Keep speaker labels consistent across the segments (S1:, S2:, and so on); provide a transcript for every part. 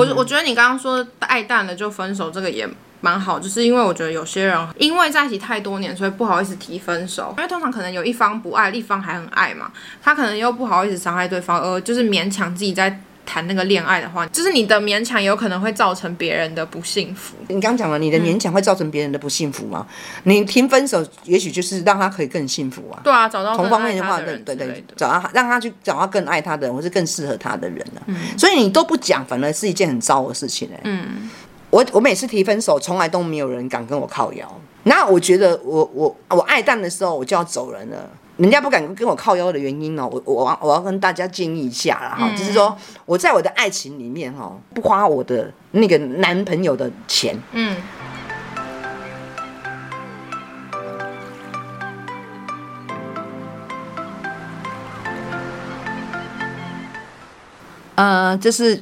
S1: 我我觉得你刚刚说爱淡了就分手，这个也蛮好，就是因为我觉得有些人因为在一起太多年，所以不好意思提分手，因为通常可能有一方不爱，另一方还很爱嘛，他可能又不好意思伤害对方，而就是勉强自己在谈那个恋爱的话，就是你的勉强有可能会造成别人的不幸福。
S2: 你刚讲了，你的
S1: 嗯
S2: 勉强会造成别人的不幸福吗？你听分手，也许就是让他可以更幸福啊。
S1: 对啊，找到
S2: 同
S1: 更
S2: 方
S1: 爱
S2: 面
S1: 他
S2: 话，
S1: 的
S2: 对
S1: 人
S2: 对
S1: 之类
S2: 对
S1: 的，
S2: 找他让他去找他更爱他的人，或是更适合他的人呢、
S1: 嗯
S2: 所以你都不讲，反而是一件很糟的事情哎、嗯，我我每次提分手，从来都没有人敢跟我靠腰。那我觉得我我我爱淡的时候，我就要走人了。人家不敢跟我靠腰的原因哦，我我要我要跟大家建议一下啦
S1: 嗯
S2: 哈，就是说我在我的爱情里面哦，不花我的那个男朋友的钱，
S1: 嗯。
S2: 呃，就是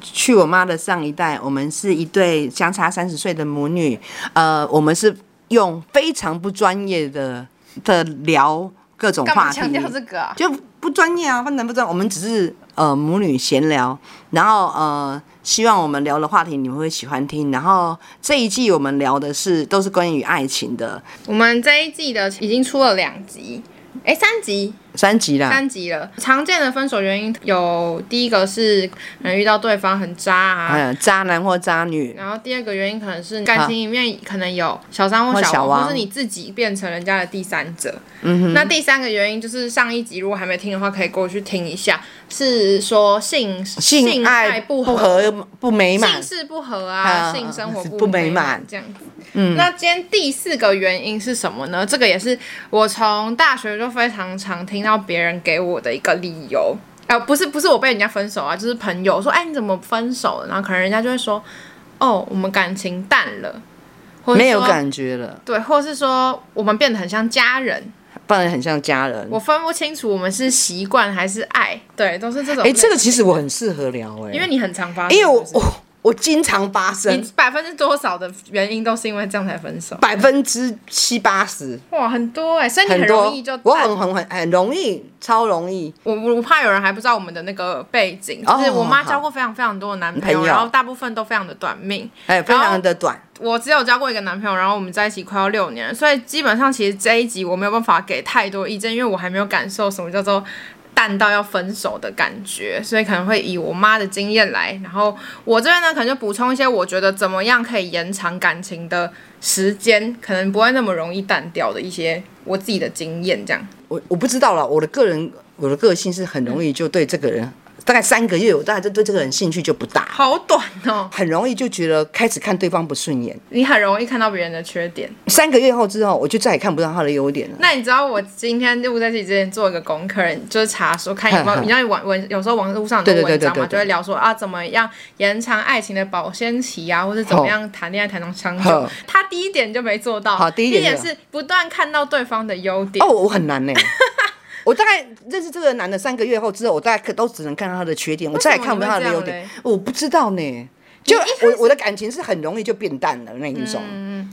S2: 去我妈的上一代，我们是一对相差三十岁的母女，呃，我们是用非常不专业的的聊各种
S1: 干嘛
S2: 话题，
S1: 强调这个啊？
S2: 就不专业啊，不能不专业，我们只是呃母女闲聊，然后呃希望我们聊的话题你们会喜欢听，然后这一季我们聊的是都是关于爱情的
S1: 我们这一季的已经出了两集，哎，三集，
S2: 三集啦，
S1: 三集了。常见的分手原因有第一个是可能遇到对方很渣啊，
S2: 呃渣男或渣女，
S1: 然后第二个原因可能是感情里面可能有小三啊或
S2: 或
S1: 小
S2: 小
S1: 王，
S2: 王
S1: 或是你自己变成人家的第三者。嗯哼。那第三个原因就是上一集如果还没听的话，可以过去听一下，是说性
S2: 性
S1: 爱
S2: 爱
S1: 不
S2: 不和不美满
S1: 性，事不合啊，
S2: 嗯
S1: 性生活
S2: 不
S1: 美
S2: 美满嗯
S1: 这样子。那今天第四个原因是什么呢？这个也是我从大学就非常常听到别人给我的一个理由。呃，不是不是我被人家分手啊，就是朋友说，哎，你怎么分手了？然后可能人家就会说，哦，我们感情淡了，或者
S2: 没有
S1: 说
S2: 感觉了。
S1: 对，或是说我们变得很像家人，
S2: 不然很像家人。
S1: 我分不清楚我们是习惯还是爱，对，都是这种类
S2: 哎、
S1: 型。
S2: 这个其实我很适合聊哎、
S1: 因为你很常发生，
S2: 因为我
S1: 是不
S2: 我我经常发
S1: 是
S2: 生
S1: 你百分之多少的原因都是因为这样才分手。
S2: 百分之七八十，
S1: 哇，很多哎、所以你
S2: 很
S1: 容
S2: 多
S1: 易就
S2: 我
S1: 淡
S2: 很很很很容易，超容易。
S1: 我我怕有人还不知道我们的那个背景，
S2: 哦
S1: 就是我妈交过非常非常多的男朋友，
S2: 朋友
S1: 然后大部分都非常的短命。
S2: 哎、非常的短，
S1: 我只有交过一个男朋友，然后我们在一起快要六年了，所以基本上其实这一集我没有办法给太多意见，因为我还没有感受什么叫做。淡到要分手的感觉，所以可能会以我妈的经验来，然后我这边呢可能就补充一些我觉得怎么样可以延长感情的时间，可能不会那么容易淡掉的一些我自己的经验，这样。
S2: 我我不知道了。我的个人，我的个性是很容易就对这个人，大概三个月，我大概就对这个人兴趣就不大，
S1: 好短哦，
S2: 很容易就觉得开始看对方不顺眼。
S1: 你很容易看到别人的缺点。
S2: 三个月后之后，我就再也看不到他的优点了。
S1: 那你知道我今天录在这里之前做一个功课，就是查说看有没
S2: 哼
S1: 有，
S2: 哼
S1: 你知道网文有时候网络上很多
S2: 对对对
S1: 文章
S2: 对
S1: 嘛，
S2: 对对
S1: 就会聊说啊怎么样延长爱情的保鲜期啊，或是怎么样谈恋爱谈到长久
S2: 哼。
S1: 他第一点就没做到，
S2: 好第一点是
S1: 是不断看到对方的优点
S2: 哦，。我很难 呢、我大概认识这个男的三个月后之后，我大概可都只能看到他的缺点，我再也看不到他的
S1: 为
S2: 优
S1: 什么你
S2: 点
S1: 会。
S2: 我不知道呢，就我我的感情是很容易就变淡的那一种。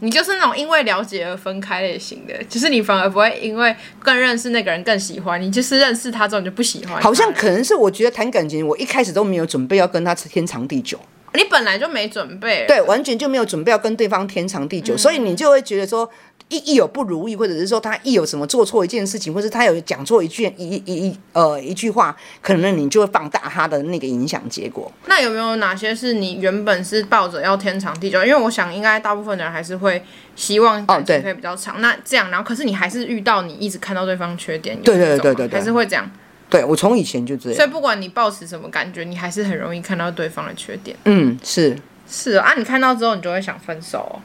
S1: 你就是那种因为了解而分开类型的，就是你反而不会因为更认识那个人更喜欢你，就是认识他之后你就不喜欢他了。
S2: 好像可能是我觉得谈感情，我一开始都没有准备要跟他天长地久，
S1: 你本来就没准备，
S2: 对，完全就没有准备要跟对方天长地
S1: 嗯
S2: 久，所以你就会觉得说，一一有不如意，或者是说他一有什么做错一件事情，或是他有讲错一句一一一呃一句话，可能你就会放大他的那个影响结果。
S1: 那有没有哪些是你原本是抱着要天长地久？因为我想应该大部分的人还是会希望感情
S2: 哦对
S1: 可以比较长。那这样，然后可是你还是遇到你一直看到对方缺点，有
S2: 对对
S1: 这种
S2: 对
S1: 吗
S2: 对对
S1: 还是会这样。
S2: 对我从以前就这
S1: 所
S2: 样，
S1: 以不管你抱持什么感觉，你还是很容易看到对方的缺点。
S2: 嗯，是。
S1: 是哦啊，你看到之后你就会想分手、哦，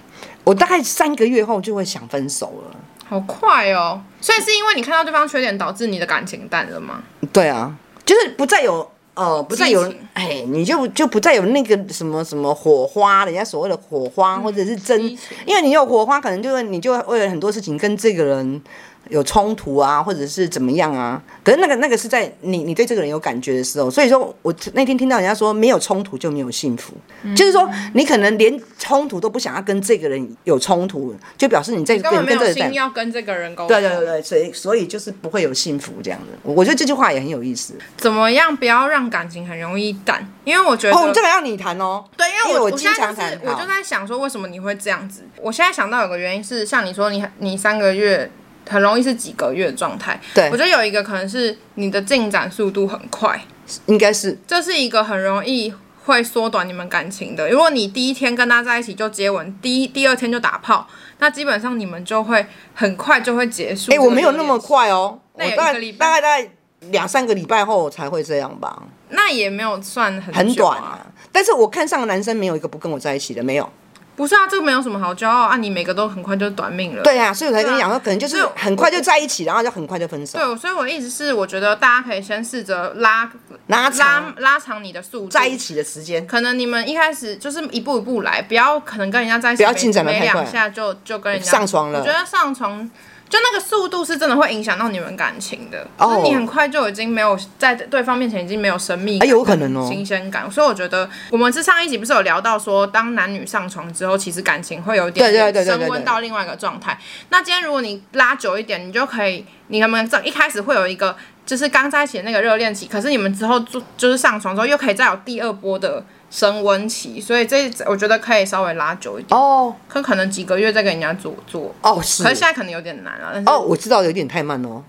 S2: 我大概三个月后就会想分手了。
S1: 好快哦。所以是因为你看到对方缺点，导致你的感情淡了吗？
S2: 对啊，就是不再有呃，不再有
S1: 激情
S2: 哎，你就就不再有那个什么什么火花，人家所谓的火花、或者是争
S1: 激情，
S2: 因为你有火花，可能就会你就会为了很多事情跟这个人有冲突啊，或者是怎么样啊。可是那个那个是在你你对这个人有感觉的时候，所以说我那天听到人家说没有冲突就没有幸福，
S1: 嗯
S2: 就是说你可能连冲突都不想要跟这个人有冲突，就表示你这个
S1: 根
S2: 人
S1: 本没
S2: 跟这个
S1: 有
S2: 人在
S1: 心要跟这个人沟通。
S2: 对对对啊对，所以所以就是不会有幸福这样子。我我觉得这句话也很有意思。
S1: 怎么样不要让感情很容易淡？因为我觉得、
S2: 哦，这个要你谈哦。
S1: 对，因
S2: 因
S1: 为
S2: 为
S1: 我
S2: 我
S1: 现
S2: 经
S1: 在
S2: 常
S1: 就是
S2: 谈
S1: 我就在想说，为什么你会这样子？我现在想到有个原因是，像你说你你三个月很容易是几个月的状态，
S2: 对
S1: 我觉得有一个可能是你的进展速度很快，
S2: 应该是
S1: 这是一个很容易会缩短你们感情的。如果你第一天跟他在一起就接吻，第一第二天就打炮，那基本上你们就会很快就会结束。
S2: 哎、我没有那么，快哦，
S1: 那
S2: 我
S1: 有一
S2: 大
S1: 个
S2: 概
S1: 礼拜
S2: 大概大概两三个礼拜后才会这样吧，
S1: 那也没有算很
S2: 很
S1: 久
S2: 短
S1: 啊。
S2: 啊。但是我看上的男生没有一个不跟我在一起的，没有。
S1: 不是啊，这个没有什么好骄傲啊，你每个都很快就短命了。
S2: 对啊，所以我才跟你
S1: 对啊
S2: 讲说，可能就
S1: 所
S2: 是
S1: 以我
S2: 很快就在一起，然后就很快就分手，
S1: 对，所以我的意思是，我觉得大家可以先试着拉
S2: 拉
S1: 拉
S2: 长
S1: 拉长你的速度，
S2: 在一。起的时间。
S1: 可能你们一开始就是一步一步来，不要可能跟人家在一起
S2: 不要
S1: 没
S2: 进展得
S1: 没
S2: 太快
S1: 两下就就跟人家
S2: 上床了
S1: 我觉得上床就那个速度是真的会影响到你们感情的，就
S2: 哦
S1: 是你很快就已经没有在对方面前已经没有神秘
S2: 哎、
S1: 感。
S2: 有可能哦。
S1: 新鲜感，所以我觉得我们之上一集不是有聊到说，当男女上床之后，其实感情会有一点
S2: 对对对对对
S1: 升
S2: 对
S1: 温到另外一个状态。那今天如果你拉久一点，你就可以，你们这一开始会有一个就是刚在一起的那个热恋期，可是你们之后就就是上床之后，又可以再有第二波的升温期，所以这我觉得可以稍微拉久一点，
S2: 哦
S1: 可可能几个月再给人家做做。
S2: 哦是
S1: 可是现在可能有点难了、但是
S2: 哦，我知道有点太慢哦。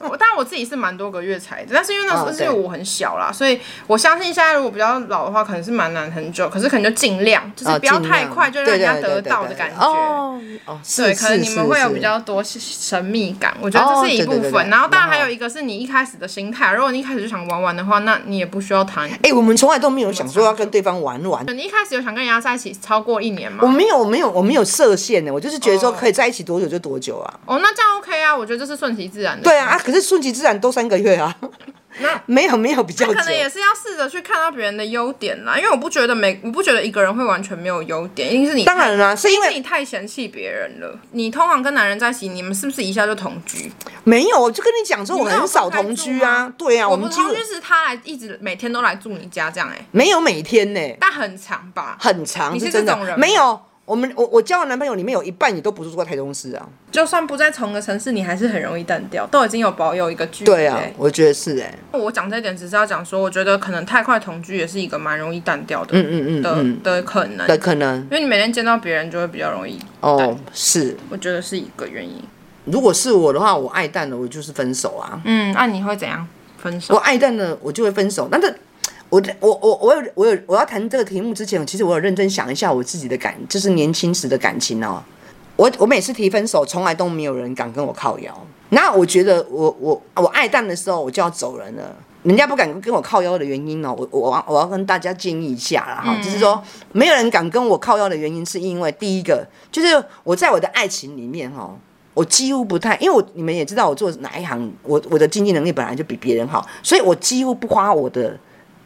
S1: 我当然我自己是蛮多个月才，但是因为那时候
S2: 嗯
S1: 是
S2: 对
S1: 因为我很小啦，所以我相信现在如果比较老的话，可能是蛮难很久，可是可能就尽量，就是
S2: 啊
S1: 不要
S2: 尽
S1: 太
S2: 量
S1: 快就让人家
S2: 对对
S1: 得
S2: 对对
S1: 到
S2: 对
S1: 的
S2: 对
S1: 感觉。
S2: 哦哦，是
S1: 对，可能
S2: 是
S1: 你
S2: 是
S1: 们会有
S2: 是
S1: 比较多神秘感，我觉得
S2: 哦
S1: 这是一
S2: 对对
S1: 部
S2: 对
S1: 分。
S2: 对
S1: 然后当然
S2: 蛮好
S1: 还有一个是你一开始的心态，如果你一开始就想玩玩的话，那你也不需要谈。
S2: 哎、我们从来都没有想说要跟对方玩玩。
S1: 你一开始有想跟人家在一起超过一年
S2: 我
S1: 吗？
S2: 没有，我没有，我没有设限的，我就是觉得说可以在一起多久就多久啊。
S1: 哦，那这样 OK 啊，我觉得这是顺其自然的。
S2: 对啊，啊，可是顺其自然都三个月 啊。没有没有比较久
S1: 可，能也是要试着去看到别人的优点啦，因为我不觉得每我不觉得一个人会完全没有优点，一定是你
S2: 当然啦、是因
S1: 因为
S2: 为
S1: 你太嫌弃别人了。你通常跟男人在一起，你们是不是一下就同居？
S2: 没有，我就跟你讲说，
S1: 你
S2: 我
S1: 们有
S2: 很少
S1: 分开
S2: 同
S1: 住
S2: 居
S1: 吗
S2: 啊，对啊，
S1: 我
S2: 我
S1: 们
S2: 们几乎
S1: 同居是他来一直每天都来住你家这样哎、欸，
S2: 没有每天呢、
S1: 但很长吧？
S2: 很长
S1: 你是
S2: 真
S1: 这种人
S2: 的，
S1: 吗
S2: 没有。我们我我交的男朋友里面有一半也都不是住在台中市啊，
S1: 就算不在同个城市，你还是很容易淡掉，都已经有保有一个距离、欸。
S2: 对啊，我觉得是哎、
S1: 我讲这一点只是要讲说，我觉得可能太快同居也是一个蛮容易淡掉的，
S2: 嗯嗯嗯
S1: 的的可能，
S2: 的可能
S1: 因为你每天见到别人就会比较容易，
S2: 哦是，
S1: 我觉得是一个原因。
S2: 如果是我的话，我爱淡了我就是分手啊，
S1: 嗯，那、你会怎样分
S2: 我
S1: 手？
S2: 爱淡了，我就会分手。但是我我我我有我有我要谈这个题目之前，其实我有认真想一下我自己的感，就是年轻时的感情哦。我我每次提分手，从来都没有人敢跟我靠腰。那我觉得我我我爱淡的时候，我就要走人了。人家不敢跟我靠腰的原因哦，我我我要我要跟大家建议一下啦
S1: 嗯
S2: 哈，就是说没有人敢跟我靠腰的原因，是因为第一个就是我在我的爱情里面哦，我几乎不太，因为我你们也知道我做哪一行，我我的经济能力本来就比别人好，所以我几乎不花我的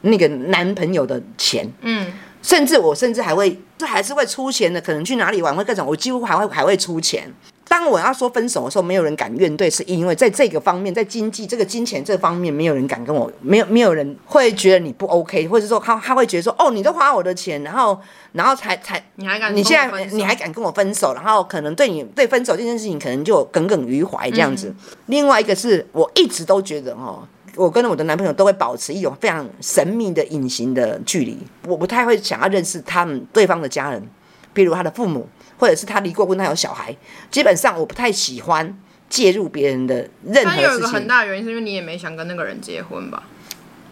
S2: 那个男朋友的钱，
S1: 嗯，
S2: 甚至我甚至还会，这还是会出钱的，可能去哪里玩会各种，我几乎还会还会出钱。当我要说分手的时候，没有人敢怨对，是因为在这个方面，在经济这个金钱这方面，没有人敢跟我，没有没有人会觉得你不 OK，或者说他他会觉得说，哦，你都花我的钱，然后然后才才
S1: 你还敢跟我分手？
S2: 你现在你还敢跟我分手，然后可能对你对分手这件事情可能就耿耿于怀这样子。
S1: 嗯
S2: 另外一个是我一直都觉得哦，我跟我的男朋友都会保持一种非常神秘的隐形的距离，我不太会想要认识他们对方的家人，比如他的父母，或者是他离过婚，他有小孩，基本上我不太喜欢介入别人的任
S1: 但
S2: 何
S1: 有一
S2: 事
S1: 个很
S2: 情。
S1: 大的原因是因为你也没想跟那个人结婚吧？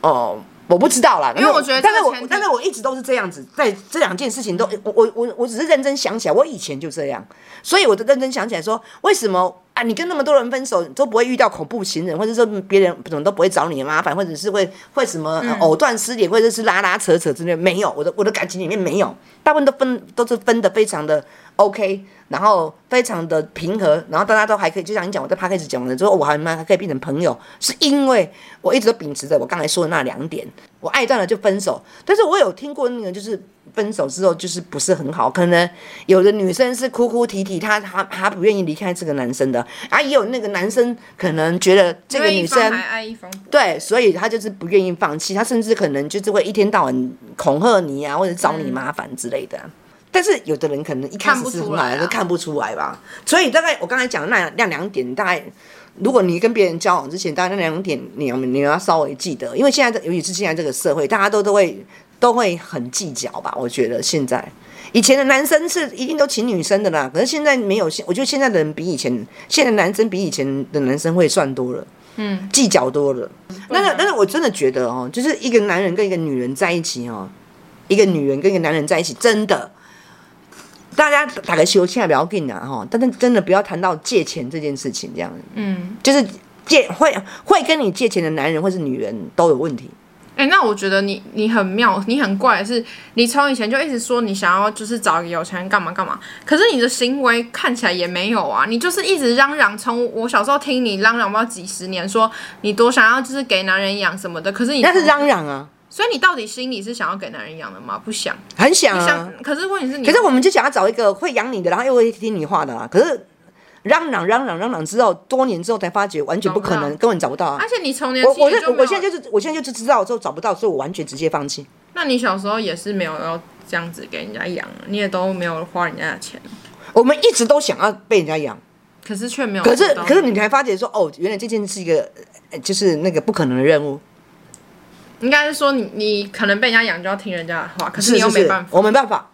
S2: 哦。我不知道啦，
S1: 因为我觉得
S2: 但是
S1: 这个
S2: 我
S1: 前提
S2: 但是我一直都是这样子，在这两件事情都，我我我我只是认真想起来，我以前就这样，所以我就认真想起来说，为什么啊？你跟那么多人分手你都不会遇到恐怖情人，或者说别人怎么都不会找你麻烦，或者是会会什么、呃藕断丝连，或者是拉拉扯扯之类的，没有，我的我的感情里面没有，大部分都分都是分的非常的 OK，然后非常的平和，然后大家都还可以，就像你讲，我在 p a c k a g e 讲的，之后我还蛮还可以变成朋友，是因为我一直都秉持着我刚才说的那两点，我爱断了就分手。但是我有听过那个，就是分手之后就是不是很好，可能有的女生是哭哭啼啼，她她她不愿意离开这个男生的，啊，也有那个男生可能觉得这个
S1: 因为
S2: 女
S1: 一方
S2: 生
S1: 还爱一方不
S2: 对，所以他就是不愿意放弃，他甚至可能就是会一天到晚恐吓你啊，或者找你麻烦之类的啊。但是有的人可能一
S1: 嗯
S2: 开
S1: 看
S2: 始
S1: 不
S2: 是
S1: 出
S2: 很好
S1: 来
S2: 的，
S1: 啊
S2: 就看不出来吧。所以大概我刚才讲的那那两点，大概如果你跟别人交往之前，大概那两点你要你要稍微记得，因为现在这尤其是现在这个社会，大家都都会都会很计较吧。我觉得现在以前的男生是一定都请女生的啦，可是现在没有，我觉得现在的人比以前，现在男生比以前的男生会算多了，嗯，计较多了。那那但是我真的觉得哦，就是一个男人跟一个女人在一起哦，一个女人跟一个男人在一起，真的，大家打个休，现在不要紧啊哈，但是真的不要谈到借钱这件事情，这样，嗯，就是借会会跟你借钱的男人或是女人都有问题，
S1: 哎、那我觉得你你很妙，你很怪的是，你从以前就一直说你想要就是找一个有钱人干嘛干嘛，可是你的行为看起来也没有啊，你就是一直嚷嚷，从我小时候听你嚷嚷不知道几十年，说你多想要就是给男人养什么的，可是你
S2: 那是，嚷嚷啊，
S1: 所以你到底心里是想要给男人养的吗？不想，
S2: 很想
S1: 你
S2: 啊
S1: 想，，可是问题是你，
S2: 可是我们就想要找一个会养你的，然后又会听你话的啊，可是嚷嚷嚷嚷嚷嚷之后，多年之后才发觉完全不可
S1: 找不
S2: 能，
S1: 到
S2: 根本找不到啊
S1: 而。且你从年
S2: 我
S1: 轻
S2: 我
S1: 就
S2: 就
S1: 没有
S2: 我现在就是我现在就知道之后找不到，所以我完全直接放弃。
S1: 那你小时候也是没有要这样子给人家养，你也都没有花人家的钱，
S2: 我们一直都想要被人家养，
S1: 可是却没有
S2: 可是
S1: 得到，
S2: 可是你才发觉说，哦，原来这件是一个呃就是那个不可能的任务。
S1: 应该是说你你可能被人家养就要听人家的话，可你又
S2: 是
S1: 没
S2: 是
S1: 办，法。
S2: 我没办法，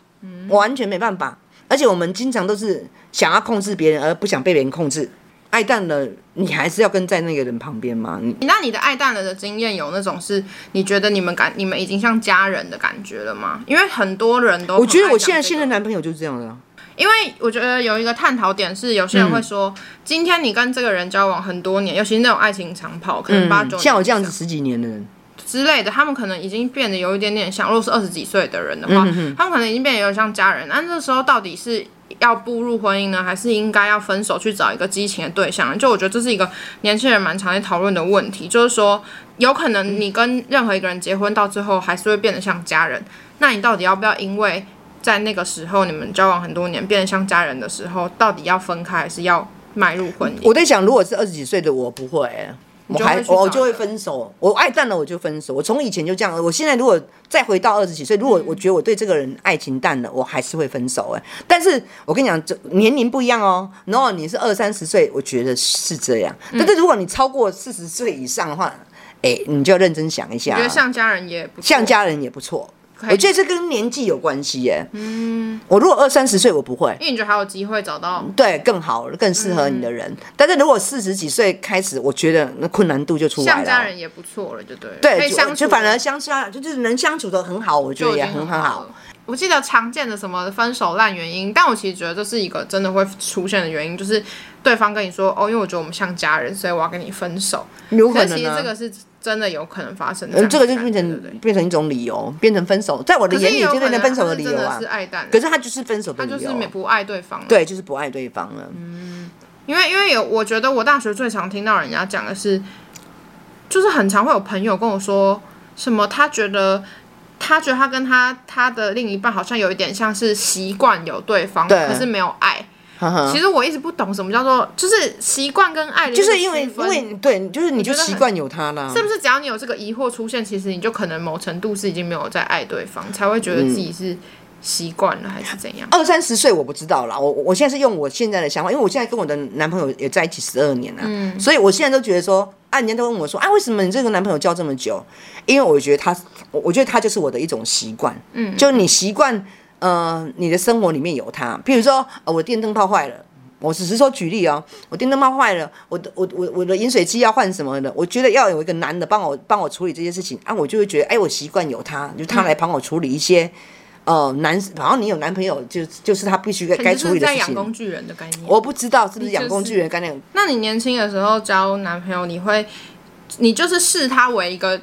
S2: 我完全没办法。而且我们经常都是想要控制别人，而不想被别人控制。爱淡了，你还是要跟在那个人旁边嘛。你
S1: 那你的爱淡了的经验有那种是你觉得你们感你们已经像家人的感觉了吗？因为很多人都
S2: 我觉得
S1: 很爱
S2: 我
S1: 讲
S2: 现在
S1: 这
S2: 现
S1: 个
S2: 任男朋友就是这样的啊、
S1: 因为我觉得有一个探讨点是，有些人会说，
S2: 嗯
S1: 今天你跟这个人交往很多年，尤其是那种爱情长跑，可能八九、年
S2: 嗯，像我这样子十几年的人，
S1: 之类的，他们可能已经变得有一点点像，如果是二十几岁的
S2: 嗯
S1: 人的话，他们可能已经变得有点像家人。那这时候到底是要步入婚姻呢，还是应该要分手去找一个激情的对象呢？就我觉得这是一个年轻人蛮常在讨论的问题，就是说，有可能你跟任何一个人结婚到最后还是会变得像家人，那你到底要不要因为在那个时候你们交往很多年变得像家人的时候，到底要分开还是要迈入婚姻？
S2: 我在想，如果是二十几岁的我不会、我
S1: 就
S2: 还
S1: 会去找
S2: 我就会
S1: 的
S2: 分手，我爱淡了我就分手。我从以前就这样，我现在如果再回到二十几岁，
S1: 嗯
S2: 如果我觉得我对这个人爱情淡了，我还是会分手、哎，但是我跟你讲，这年龄不一样哦。然后你是二三十岁，我觉得是这样。
S1: 嗯
S2: 但是如果你超过四十岁以上的话，哎、你就要认真想一下
S1: 觉，得像家人也不错
S2: 像家人也不错。
S1: 可以
S2: 我觉得这跟年纪有关系耶、嗯，我如果二三十岁，我不会。
S1: 因为你觉得还有机会找到
S2: 对更好、更适合你的人。
S1: 嗯
S2: 但是如果四十几岁开始，我觉得那困难度就出来
S1: 像
S2: 了。
S1: 家人也不错了，就对了，可
S2: 对，
S1: 以
S2: 就
S1: 相处，
S2: 就反而相处啊，就就是能相处的很好，我觉
S1: 就
S2: 得
S1: 已
S2: 也
S1: 经
S2: 很
S1: 好
S2: 好
S1: 了。。我记得常见的什么分手烂原因，但我其实觉得这是一个真的会出现的原因，就是对方跟你说哦，因为我觉得我们像家人，所以我要跟你分手。
S2: 有可
S1: 但其
S2: 能啊
S1: 实这
S2: 呢、
S1: 个是真的有可能发生的
S2: 嗯，
S1: 样子的
S2: 这个
S1: 感
S2: 就
S1: 觉。
S2: 变成
S1: 对不对
S2: 变成一种理由，变成分手，在我的
S1: 可
S2: 眼
S1: 是
S2: 里
S1: 也有
S2: 就
S1: 可
S2: 变成
S1: 能
S2: 分手的理由
S1: 他是
S2: 啊
S1: 真的是。爱淡了，
S2: 可是他就是分手的
S1: 他就
S2: 理
S1: 是
S2: 由啊
S1: 没，嗯不爱对方了。
S2: 对，就是不爱对方了。
S1: 因为因为有，我觉得我大学最常听到人家讲的是，就是很常会有朋友跟我说什么，他觉得他觉得他跟他他的另一半好像有一点像是习惯有对方，
S2: 对
S1: 可是没有爱。
S2: 哈哈
S1: 其实我一直不懂什么叫做就是习惯跟爱的
S2: 就
S1: 这个
S2: 是因为
S1: 区
S2: 因
S1: 分
S2: 为对，就是你就
S1: 觉得很
S2: 习惯有他啦。
S1: 是不是只要你有这个疑惑出现，其实你就可能某程度是已经没有在爱对方，才会觉
S2: 嗯
S1: 得自己是习惯了还是怎样？
S2: 二三十岁我不知道啦，我我现在是用我现在的想法，因为我现在跟我的男朋友也在一起十二年了、啊所以我现在都觉得说，啊，人家都问我说，啊，为什么你这个男朋友交这么久？因为我觉得他，我我觉得他就是我的一种习惯，嗯，就你习惯，
S1: 嗯
S2: 呃，你的生活里面有他，譬如说，呃，我电灯泡坏了。我只是说举例哦，我电灯泡坏了，我的我我我的饮水机要换什么的，我觉得要有一个男的帮我帮我处理这些事情啊，我就会觉得，哎，我习惯有他，就他来帮我处理一些，呃，男，好像你有男朋友，就就是他必须该该
S1: 你
S2: 处
S1: 就是
S2: 理的
S1: 在
S2: 事
S1: 养
S2: 情。
S1: 工具人的概念。
S2: 我不知道是不是
S1: 你就是
S2: 养工具人概念，
S1: 那你年轻的时候交男朋友，你会，你就是视他为一个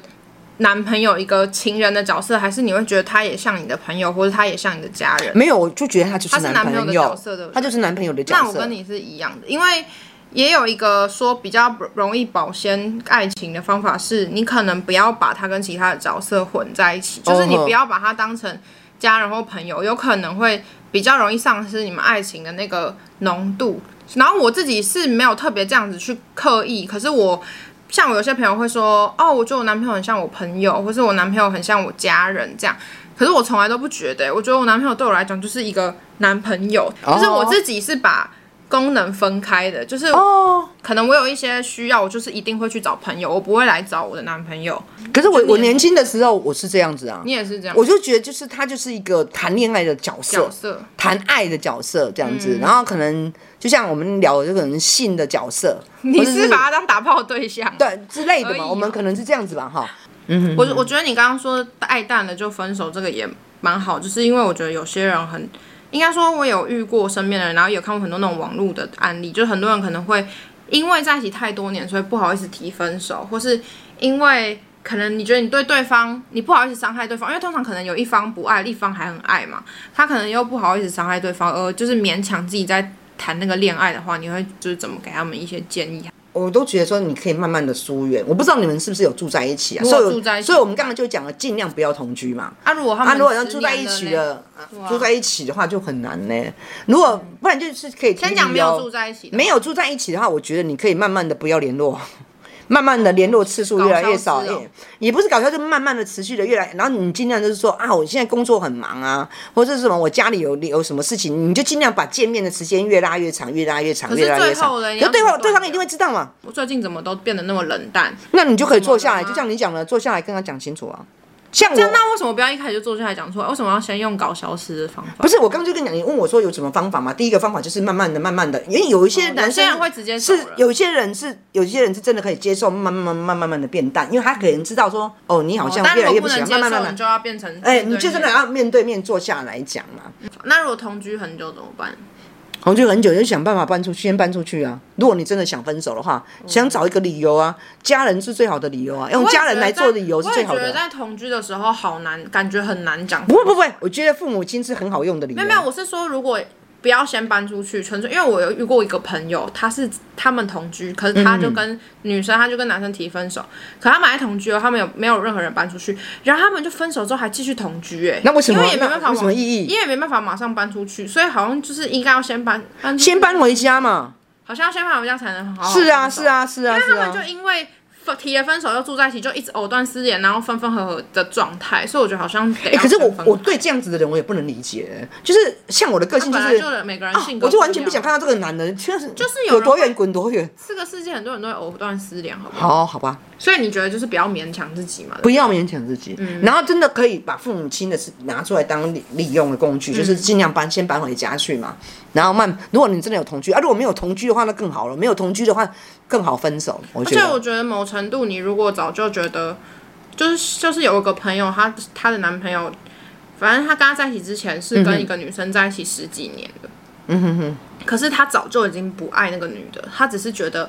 S1: 男朋友一个情人的角色，还是你会觉得他也像你的朋友，或者他也像你的家人？
S2: 没有，我就觉得他就是
S1: 他是男朋友的
S2: 朋
S1: 角
S2: 友
S1: 色对不，对
S2: 他就是男朋友的角色。
S1: 那我跟你是一样的，因为也有一个说比较容易保鲜爱情的方法是，你可能不要把它跟其他的角色混在一起，就是你
S2: 哦
S1: 不要把它当成家人或朋友，有可能会比较容易丧失你们爱情的那个浓度。然后我自己是没有特别这样子去刻意，可是我像我有些朋友会说，哦，我觉得我男朋友很像我朋友，或是我男朋友很像我家人这样。可是我从来都不觉得、欸我觉得我男朋友对我来讲就是一个男朋友，
S2: 哦
S1: 就是我自己是把功能分开的，就是
S2: 哦，
S1: 可能我有一些需要，我就是一定会去找朋友，我不会来找我的男朋友。
S2: 可是我
S1: 就你
S2: 我年轻的时候我是这样子啊
S1: 你，也是这样，
S2: 我就觉得就是他就是一个谈恋爱的角色
S1: 角，色嗯
S2: 谈爱的角色这样子，然后可能就像我们聊的这个人性的 角色，
S1: 你
S2: 或者
S1: 是把他当打炮对象。
S2: 对之类的
S1: 而已
S2: 嘛，
S1: 哦
S2: 我们可能是这样子吧，哈。
S1: 我我觉得你刚刚说爱淡了就分手这个也蛮好，就是因为我觉得有些人很，应该说我有遇过身边的人，然后有看过很多那种网络的案例，就是很多人可能会因为在一起太多年，所以不好意思提分手，或是因为。可能你觉得你对对方，你不好意思伤害对方，因为通常可能有一方不爱，另一方还很爱嘛，他可能又不好意思伤害对方，而就是勉强自己在谈那个恋爱的话，你会就是怎么给他们一些建议？
S2: 我都觉得说你可以慢慢的疏远，我不知道你们是不是有住在一起啊？
S1: 如果
S2: 所以我
S1: 住在一起
S2: 所以我们刚才就讲了，尽量不要同居嘛。
S1: 啊，如果他们
S2: 啊，如果要
S1: 十
S2: 住在一
S1: 年
S2: 起
S1: 嘞
S2: 了，啊住在一起的话就很难呢。如果不然就是可以提
S1: 先讲没有住
S2: 在
S1: 在一起的，
S2: 没有住在一起的话，我觉得你可以慢慢的不要联络， 慢慢的联络次数越来越少，
S1: 搞消失哦
S2: 也也不是搞笑，就慢慢的持续的越来，然后你尽量就是说啊，我现在工作很忙啊，或者是什么我家里有有什么事情，你就尽量把见面的时间越拉越长，越拉越长，
S1: 是
S2: 越拉越
S1: 最
S2: 长
S1: 后嘞你。要
S2: 可对
S1: 怎么
S2: 方对
S1: 断
S2: 方
S1: 掉
S2: 一定会知道嘛。
S1: 我最近怎么都变得那么冷淡？
S2: 那你就可以坐下来，
S1: 怎么了吗
S2: 就像你讲的，坐下来跟他讲清楚啊。像
S1: 这样，
S2: 我
S1: 那为什么不要一开始就坐下来讲哎出来？为什么要先用搞消失的方法？
S2: 不是我刚刚就跟你讲，你问我说有什么方法嘛？第一个方法就是慢慢的、慢慢的，因为有一些
S1: 哦
S2: 男
S1: 有些
S2: 生
S1: 人会直接走
S2: 是
S1: 了
S2: 有一些人是有一些人是真的可以接受，慢慢、慢慢、慢慢的变淡，因为他可能知道说，哦，你好像
S1: 但
S2: 越
S1: 如
S2: 来
S1: 果
S2: 越
S1: 不
S2: 喜
S1: 能
S2: 欢，
S1: 接
S2: 慢慢慢
S1: 受，你
S2: 慢。
S1: 就要变成
S2: 哎、
S1: 面对
S2: 你就真的
S1: 面
S2: 要面对面坐下来讲嘛。
S1: 那如果同居很久怎么办？
S2: 我就很久就想办法搬出去，先搬出去啊。如果你真的想分手的话，想找一个理由啊，家人是最好的理由啊，用家人来做理由是最好
S1: 我也觉
S2: 的
S1: 得
S2: 啊、
S1: 在同居的时候好难，感觉很难讲。
S2: 不会不会，我觉得父母亲是很好用的理由。
S1: 没有没有，我是说如果。不要先搬出去，纯粹因为我有遇过一个朋友，他是他们同居，可是他就跟女生，他就跟男生提分手，可他们还同居哦，他们有没有任何人搬出去，然后他们就分手之后还继续同居、哎，
S2: 那为什么
S1: 因为也没办法
S2: 那
S1: 往，
S2: 为什么意义
S1: 因为也没办法马上搬出去，所以好像就是应该要先搬搬出去
S2: 先搬回家嘛。
S1: 好像要先搬回家才能好好
S2: 是啊，
S1: 分手
S2: 是，啊，是啊，
S1: 因为
S2: 是
S1: 他们就
S2: 啊。
S1: 因为分提了分手又住在一起，就一直藕断丝连，然后分分合合的状态，所以我觉得好像得
S2: 哎、
S1: 要
S2: 可是
S1: 先
S2: 我
S1: 分开、
S2: 我对这样子的人我也不能理解，就是像我的个性就
S1: 本来
S2: 是，
S1: 就每个人
S2: 啊
S1: 性格、
S2: 我就完全不想。看到这个男人，就是就是
S1: 有
S2: 有
S1: 人
S2: 多
S1: 会
S2: 远滚多远。
S1: 这个世界很多人都会藕断丝连，好不好？
S2: 好好吧，
S1: 所以你觉得就是不要勉强自己嘛？
S2: 不要勉强自己，
S1: 嗯
S2: 然后真的可以把父母亲的事拿出来当利利用的工具，
S1: 嗯
S2: 就是尽量搬先搬回家去嘛。然后慢，如果你真的有同居啊，如果没有同居的话，那更好了。没有同居的话，更好分手。我觉
S1: 而且我
S2: 得
S1: 觉得某程度，你如果早就觉得，就是就是有一个朋友，她她的男朋友，反正她跟她在一起之前是跟一个女生在一起十几年的，嗯哼哼，可是他早就已经不爱那个女的，他只是觉得。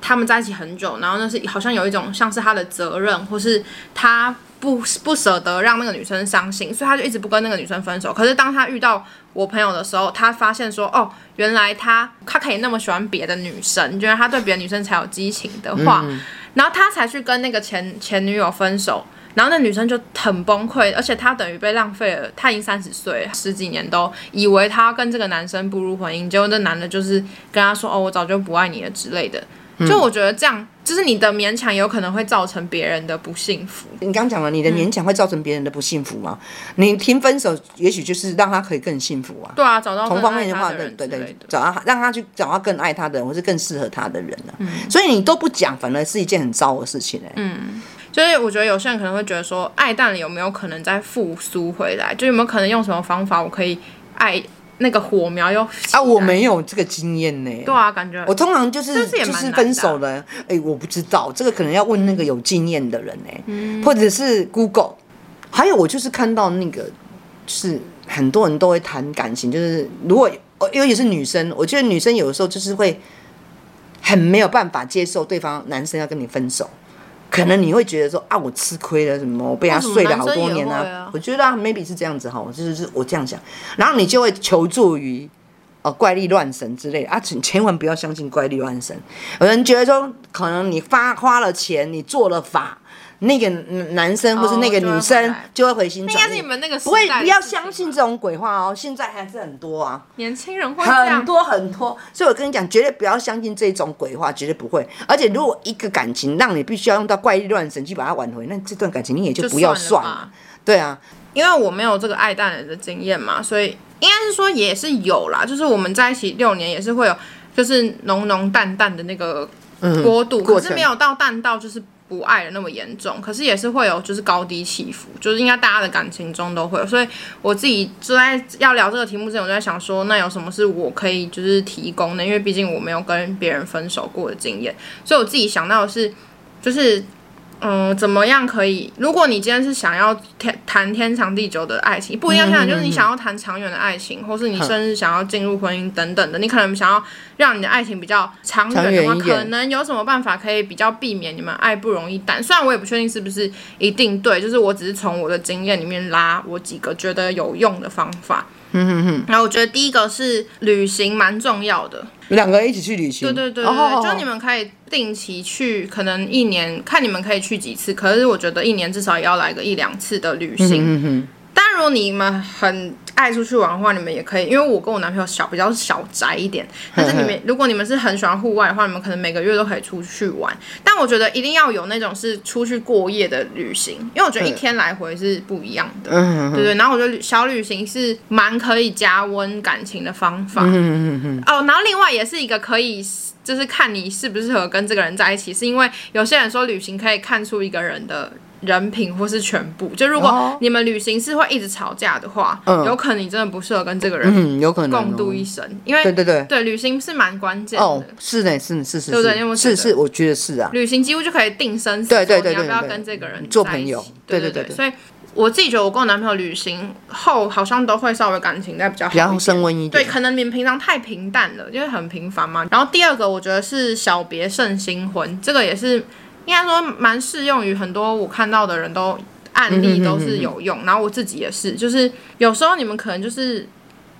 S1: 他们在一起很久，然后那是好像有一种像是他的责任，或是他不不舍得让那个女生伤心，所以他就一直不跟那个女生分手。可是当他遇到我朋友的时候，他发现说，哦，原来他他可以那么喜欢别的女生，原来他对别的女生才有激情的话，
S2: 嗯
S1: 然后他才去跟那个前前女友分手。然后那女生就很崩溃，而且她等于被浪费了。她已经三十岁了，十几年都以为她要跟这个男生步入婚姻，结果那男的就是跟她说：“哦，我早就不爱你了之类的。”
S2: 嗯
S1: 就我觉得这样，就是你的勉强有可能会造成别人的不幸福。
S2: 你刚讲了，你的
S1: 嗯
S2: 勉强会造成别人的不幸福嘛？你听分手，也许就是让他可以更幸福啊。
S1: 对啊，找到
S2: 同
S1: 更
S2: 方
S1: 爱
S2: 面的
S1: 他
S2: 话，
S1: 的
S2: 对
S1: 人
S2: 对
S1: 之类
S2: 对
S1: 的，
S2: 找他让他去找到更爱他的人，或是更适合他的人呢、
S1: 嗯
S2: 所以你都不讲，反而是一件很糟的事情哎、
S1: 就是我觉得有些人可能会觉得说，爱淡了有没有可能再复苏回来？就有没有可能用什么方法我可以爱那个火苗又起
S2: 啊，我
S1: 来
S2: 没有这个经验呢、
S1: 对啊，感觉
S2: 我通常就是
S1: 但是也
S2: 就
S1: 蛮
S2: 是
S1: 难的啊
S2: 分手了，哎、我不知道这个可能要问那个有经验的人哎、
S1: 嗯
S2: 或者是 Google。还有我就是看到那个，就是很多人都会谈感情，就是如果哦尤其是女生，我觉得女生有的时候就是会很没有办法接受对方男生要跟你分手。可能你会觉得说啊，我吃亏了什么，我被他
S1: 为什么
S2: 睡了
S1: 男
S2: 好
S1: 生
S2: 多
S1: 也
S2: 年
S1: 会啊
S2: 我觉得、啊、maybe 是这样子哈，我就是是我这样想，然后你就会求助于呃怪力乱神之类的啊，请千万不要相信怪力乱神。有人觉得说，可能你发花了钱，你做了法。那个男生或是
S1: 哦
S2: 那个
S1: 就会
S2: 女
S1: 回
S2: 生
S1: 来
S2: 就会回心
S1: 那
S2: 转
S1: 应
S2: 意，
S1: 该是你们那个时
S2: 不会
S1: 代的
S2: 不要
S1: 事情
S2: 相信这种鬼话哦，现在还是很多啊。
S1: 年轻人会这
S2: 很
S1: 样，
S2: 多很多，所以我跟你讲，绝对不要相信这种鬼话，绝对不会。而且，如果一个感情让你必须要用到怪力乱神去把它挽回，那这段感情你也就
S1: 就
S2: 不要
S1: 算
S2: 算
S1: 了
S2: 了。
S1: 吧。
S2: 对啊，
S1: 因为我没有这个爱淡人的经验嘛，所以应该是说也是有啦，就是我们在一起六年也是会有，就是浓浓淡淡的那个过渡，
S2: 嗯过
S1: 可
S2: 程
S1: 是没有到淡到就是不爱的那么严重，可是也是会有就是高低起伏，就是应该大家的感情中都会有，所以我自己就在要聊这个题目之前，我就在想说，那有什么是我可以就是提供的？因为毕竟我没有跟别人分手过的经验，所以我自己想到的是，就是嗯，怎么样可以？如果你今天是想要天谈天长地久的爱情，不一样天长，就是你想要谈长远的爱情，或是你甚至想要进入婚姻等等的，你可能想要让你的爱情比较长远的话，
S2: 长远一点
S1: 可能有什么办法可以比较避免你们爱不容易淡？虽然我也不确定是不是一定对，就是我只是从我的经验里面拉我几个觉得有用的方法。嗯哼哼。然后我觉得第一个是旅行蛮重要的，
S2: 两个人一起去旅行，
S1: 对对对对，
S2: 哦
S1: 就你们可以定期去，可能一年看你们可以去几次，可是我觉得一年至少也要来个一两次的旅
S2: 嗯
S1: 行。当然，如果你们很爱出去玩的话，你们也可以，因为我跟我男朋友小比较小宅一 点，但是你们如果你们是很喜欢户外的话，你们可能每个月都可以出去玩。但我觉得一定要有那种是出去过夜的旅行，因为我觉得一天来回是不一样
S2: 嗯
S1: 的。对对，然后我觉得小旅行是蛮可以加温感情的方
S2: 嗯
S1: 法。哦，然后另外也是一个可以，就是看你适不适合跟这个人在一起，是因为有些人说旅行可以看出一个人的人品或是全部。就如果
S2: 哦
S1: 你们旅行是会一直吵架的话，
S2: 嗯
S1: 有可能你真的不适合跟这个人
S2: 嗯，有可能、哦、
S1: 共度一生，因为
S2: 对对对，
S1: 对旅行是蛮关键的。
S2: 哦，是呢，是是是，
S1: 对不对你有没有
S2: 是是
S1: 觉得
S2: 是，我觉得是啊，
S1: 旅行几乎就可以定生死，
S2: 对对对
S1: 说你要不
S2: 对
S1: 要
S2: 对
S1: 跟这个人
S2: 做
S1: 在一
S2: 朋友
S1: 起对
S2: 对
S1: 对
S2: 对对对
S1: 所以我自己觉得我跟我男朋友旅行后，好像都会稍微感情在比较好
S2: 比较
S1: 一点。
S2: 升温一
S1: 对，
S2: 点。
S1: 可能你们平常太平淡了，因为很平凡嘛。然后第二个，我觉得是小别胜新婚，这个也是应该说蛮适用于很多我看到的人都案例都是有用。然后我自己也是，就是有时候你们可能就是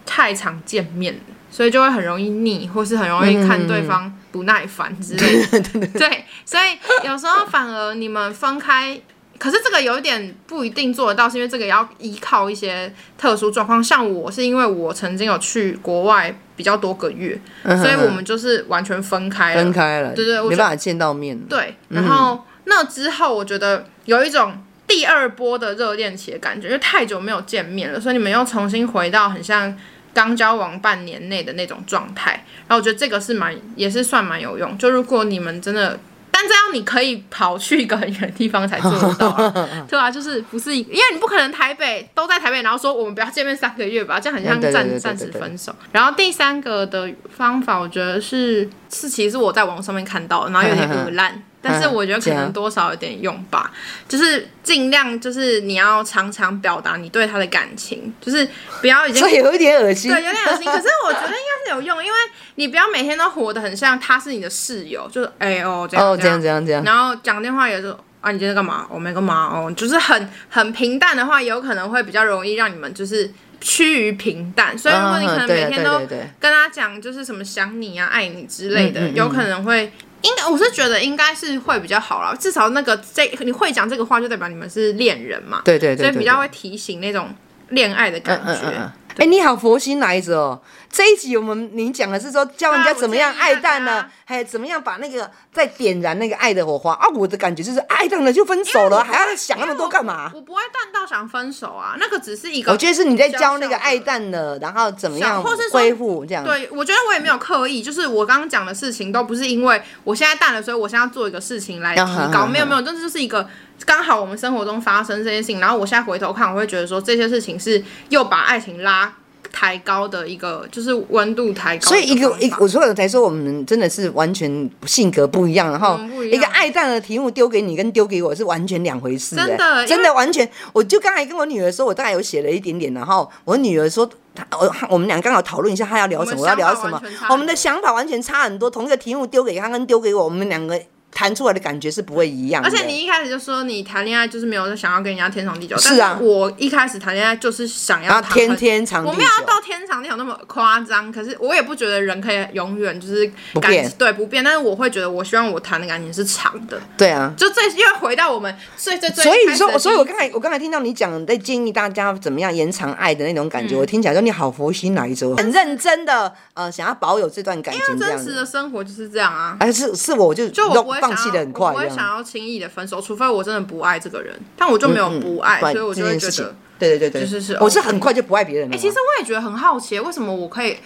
S1: 太常见面了，所以就会很容易腻，或是很容易看对方不耐烦之类的。对，所以有时候反而你们分开。可是这个有一点不一定做得到，是因为这个也要依靠一些特殊状况。像我是因为我曾经有去国外比较多个月，所以我们就是完全分开了。
S2: 嗯分开了，
S1: 对对我
S2: 没
S1: 觉得
S2: 办法见到面了。
S1: 对，然后那之后我觉得有一种第二波的热恋期的感觉，因为太久没有见面了，所以你们又重新回到很像刚交往半年内的那种状态。然后我觉得这个是蛮也是算蛮有用，就如果你们真的。但这样你可以跑去一个很远的地方才做得到啊、 对啊，就是不是一，因为你不可能台北都在台北，然后说我们不要见面三个月吧，这样很像
S2: 嗯对对对
S1: 暂
S2: 对
S1: 暂时
S2: 对对
S1: 分手。然后第三个的方法，我觉得是是其实是我在网上面看到的，然后有点恶 烂，但是我觉得可
S2: 这
S1: 能
S2: 样
S1: 多少有点用吧，就是尽量就是你要常常表达你对他的感情，就是不要已经
S2: 所以有一点恶心
S1: 对，有点恶心。可是我觉得应该是有用，因为你不要每天都活得很像他是你的室友，就是哎、哦这样
S2: 哦，这
S1: 这
S2: 样这样这样，
S1: 然后讲电话也是啊，你今天干嘛？我、没干嘛哦，就是很很平淡的话，有可能会比较容易让你们就是趋于平淡。所以如果你可能
S2: 嗯对
S1: 每
S2: 啊
S1: 天
S2: 对
S1: 都
S2: 对对
S1: 跟他讲就是什么想你啊、爱你之类的，
S2: 嗯嗯嗯
S1: 有可能会。应该我是觉得应该是会比较好啦，至少那个这你会讲这个话，就代表你们是恋人嘛，
S2: 对对对对，
S1: 所以比较会提醒那种恋爱的感
S2: 嗯
S1: 觉。
S2: 嗯嗯嗯。哎、你好，佛心来着哦！这一集我们你讲的是说教人
S1: 对
S2: 家
S1: 啊
S2: 怎么样
S1: 我建议
S2: 爱
S1: 大
S2: 淡
S1: 家
S2: 呢、还有怎么样把那个再点燃那个爱的火花啊！我的感觉就是爱淡了就分手了，还要想那么多干嘛？
S1: 我不会淡到想分手啊，那个只是一个。
S2: 我觉得是你在
S1: 小
S2: 教那
S1: 小的
S2: 个爱淡了，然后怎么
S1: 小
S2: 样
S1: 或是说
S2: 恢复这样。
S1: 对，我觉得我也没有刻意，就是我刚刚讲的事情都不是因为我现在淡了，所以我现在要做一个事情来提
S2: 啊哈哈
S1: 高，
S2: 哈
S1: 没有没有，这就是一个刚好我们生活中发生这些事情，然后我现在回头看，我会觉得说这些事情是又把爱情拉抬高的一个，就是温度抬高
S2: 所
S1: 的
S2: 以一
S1: 方
S2: 个
S1: 法
S2: 一个我所以我才说我们真的是完全性格不一样，然后
S1: 嗯不一样
S2: 一个爱淡的题目丢给你跟丢给我是完全两回事、欸，
S1: 真的因为
S2: 真的完全。我就刚才跟我女儿说，我大概有写了一点点，然后我女儿说。她我我们俩刚好讨论一下，她要聊什么，
S1: 我
S2: 我
S1: 们
S2: 要
S1: 想法
S2: 聊什么
S1: 完全差很。多
S2: 我们的想法完全差很多，同一个题目丢给她跟丢给我，我们两个弹出来的感觉是不会一样的。
S1: 而且你一开始就说你谈恋爱就是没有想要跟人家天长地久，
S2: 是啊
S1: 但我一开始谈恋爱就是想要
S2: 然后
S1: 谈很
S2: 天天长地
S1: 我
S2: 久
S1: 没有要到天长地久那么夸张，可是我也不觉得人可以永远就是
S2: 不
S1: 感
S2: 变
S1: 对不变，但是我会觉得我希望我谈的感情是长的，
S2: 对啊。
S1: 就最因为回到我们最最最
S2: 所
S1: 一
S2: 以
S1: 开
S2: 你
S1: 始
S2: 说，
S1: 的
S2: 所以我
S1: 第一
S2: 刚才我刚才听到你讲在建议大家怎么样延长爱的那种感觉，我听起来说你好佛心来着，很认真的呃想要保有这段感情这
S1: 真
S2: 样
S1: 实
S2: 子，
S1: 的生活就是这样啊。
S2: 哎是是我就
S1: 就我不会想
S2: 放
S1: 要
S2: 弃的很快
S1: 我不
S2: 这
S1: 会
S2: 样
S1: 想。要轻易的分手，除非我真的不爱这个人，但我就没有不爱，
S2: 对
S1: 所以我就
S2: 嗯这
S1: 会
S2: 件
S1: 觉
S2: 事情
S1: 得。
S2: 对对对对，
S1: 就是是
S2: 我是
S1: OK
S2: 很快就不爱别人
S1: 哎、
S2: 了嘛。
S1: 其实我也觉得很好奇，为什么我可以，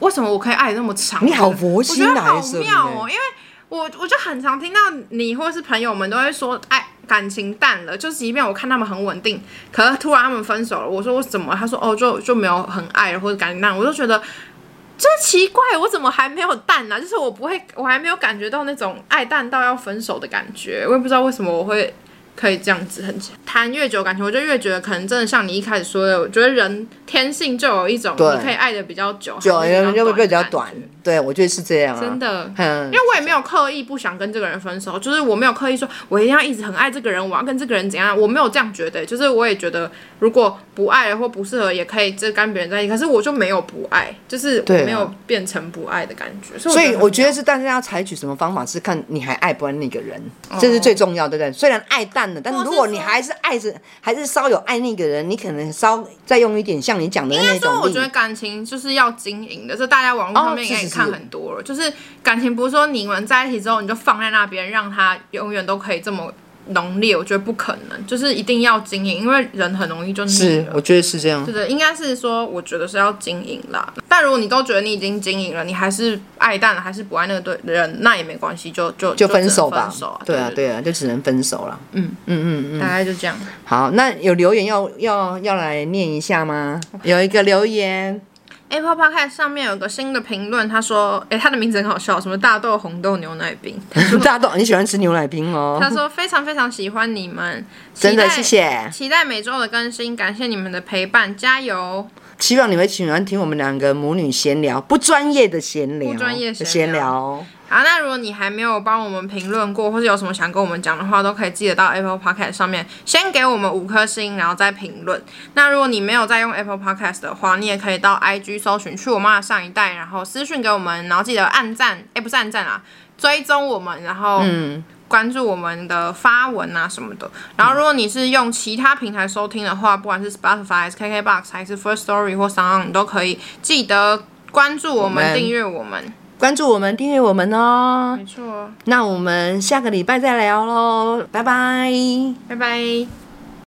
S1: 为什么我可以爱得那么长？
S2: 你好佛
S1: 我
S2: 心
S1: 觉得
S2: 来
S1: 好
S2: 着
S1: 妙
S2: 你
S1: 哦，因为我我就很常听到你或是朋友们都会说，哎，感情淡了，就即便我看他们很稳定，可是突然他们分手了，我说我怎么？他说哦，就就没有很爱了，或者感情淡，我就觉得。这奇怪，我怎么还没有淡呢、就是我不会，我还没有感觉到那种爱淡到要分手的感觉。我也不知道为什么我会可以这样子很谈越久感情，我就越觉得可能真的像你一开始说的，我觉得人天性就有一种
S2: 对
S1: 你可以爱的比较久，
S2: 久
S1: 还是
S2: 人就会比较
S1: 的
S2: 短
S1: 感觉，
S2: 对我觉得是这样啊。
S1: 真，的。
S2: 嗯
S1: 因，为我也没有刻意不想跟这个人分手，就是我没有刻意说我一定要一直很爱这个人，我要跟这个人怎样，我没有这样觉得。就是我也觉得，如果不爱了或不适合，也可以就跟别人在一起。可是我就没有不爱，就是我
S2: 对啊
S1: 没有变成不爱的感觉。
S2: 所以我
S1: 得
S2: 觉得是大家要采取什么方法，是看你还爱不爱那个人，这是最重要的，对不对？虽然爱淡了，但
S1: 哦或是
S2: 如果你
S1: 说
S2: 还是爱着，还是稍有爱那个人，你可能稍再用一点像你讲的那
S1: 很重要。但是
S2: 种
S1: 啊我觉得
S2: 力。
S1: 感情就是要经营的，这大家网络上面应该也
S2: 哦是是是
S1: 看很多了。就是感情不是说你们在一起之后你就放在那边，让它永远都可以这么浓烈，我觉得不可能，就是一定要经营，因为人很容易就腻
S2: 是
S1: 了，。
S2: 我觉得是这样
S1: 对。的，应该是说，我觉得是要经营啦。但如果你都觉得你已经经营了，你还是爱淡了，还是不爱那个对人，那也没关系，就就
S2: 就
S1: 只能
S2: 分手吧
S1: 分手啊，
S2: 对嗯啊，
S1: 对
S2: 对啊，就只能分手了。
S1: 对，大概就这样。
S2: 好，那有留言要要要来念一下吗？有一个 留言，
S1: Apple 哎 Podcast 上面有个新的评论，他说，诶，他的名字很好笑，什么大豆红豆牛奶冰。
S2: 大家都很喜欢吃牛奶冰哦
S1: 他，说非常非常喜欢你们，
S2: 真的
S1: 期待
S2: 谢。谢。
S1: 期待每周的更新，感谢你们的陪伴，加油！
S2: 希望你会喜欢听我们两个母女闲聊，不专业的闲聊，
S1: 不专业闲聊
S2: 闲聊。
S1: 好，那如果你还没有帮我们评论过，或是有什么想跟我们讲的话，都可以记得到 Apple Podcast 上面先给我们五颗星，然后再评论。那如果你没有在用 Apple Podcast 的话，你也可以到 IG 搜寻“去我妈的上一代”，然后私讯给我们，然后记得按赞，哎、不是按赞啊，追踪我们，然后
S2: 嗯
S1: 关注我们的发文啊什么的。然后如果你是用其他平台收听的话，不管是 Spotify、KKBox 还是 First Story 或 s o n 你都可以记得关注我
S2: 我
S1: 们、
S2: 们
S1: 订阅我们。
S2: 关注我们，订阅我们哦。
S1: 没错，
S2: 那我们下个礼拜再聊喽，拜拜。
S1: 拜拜。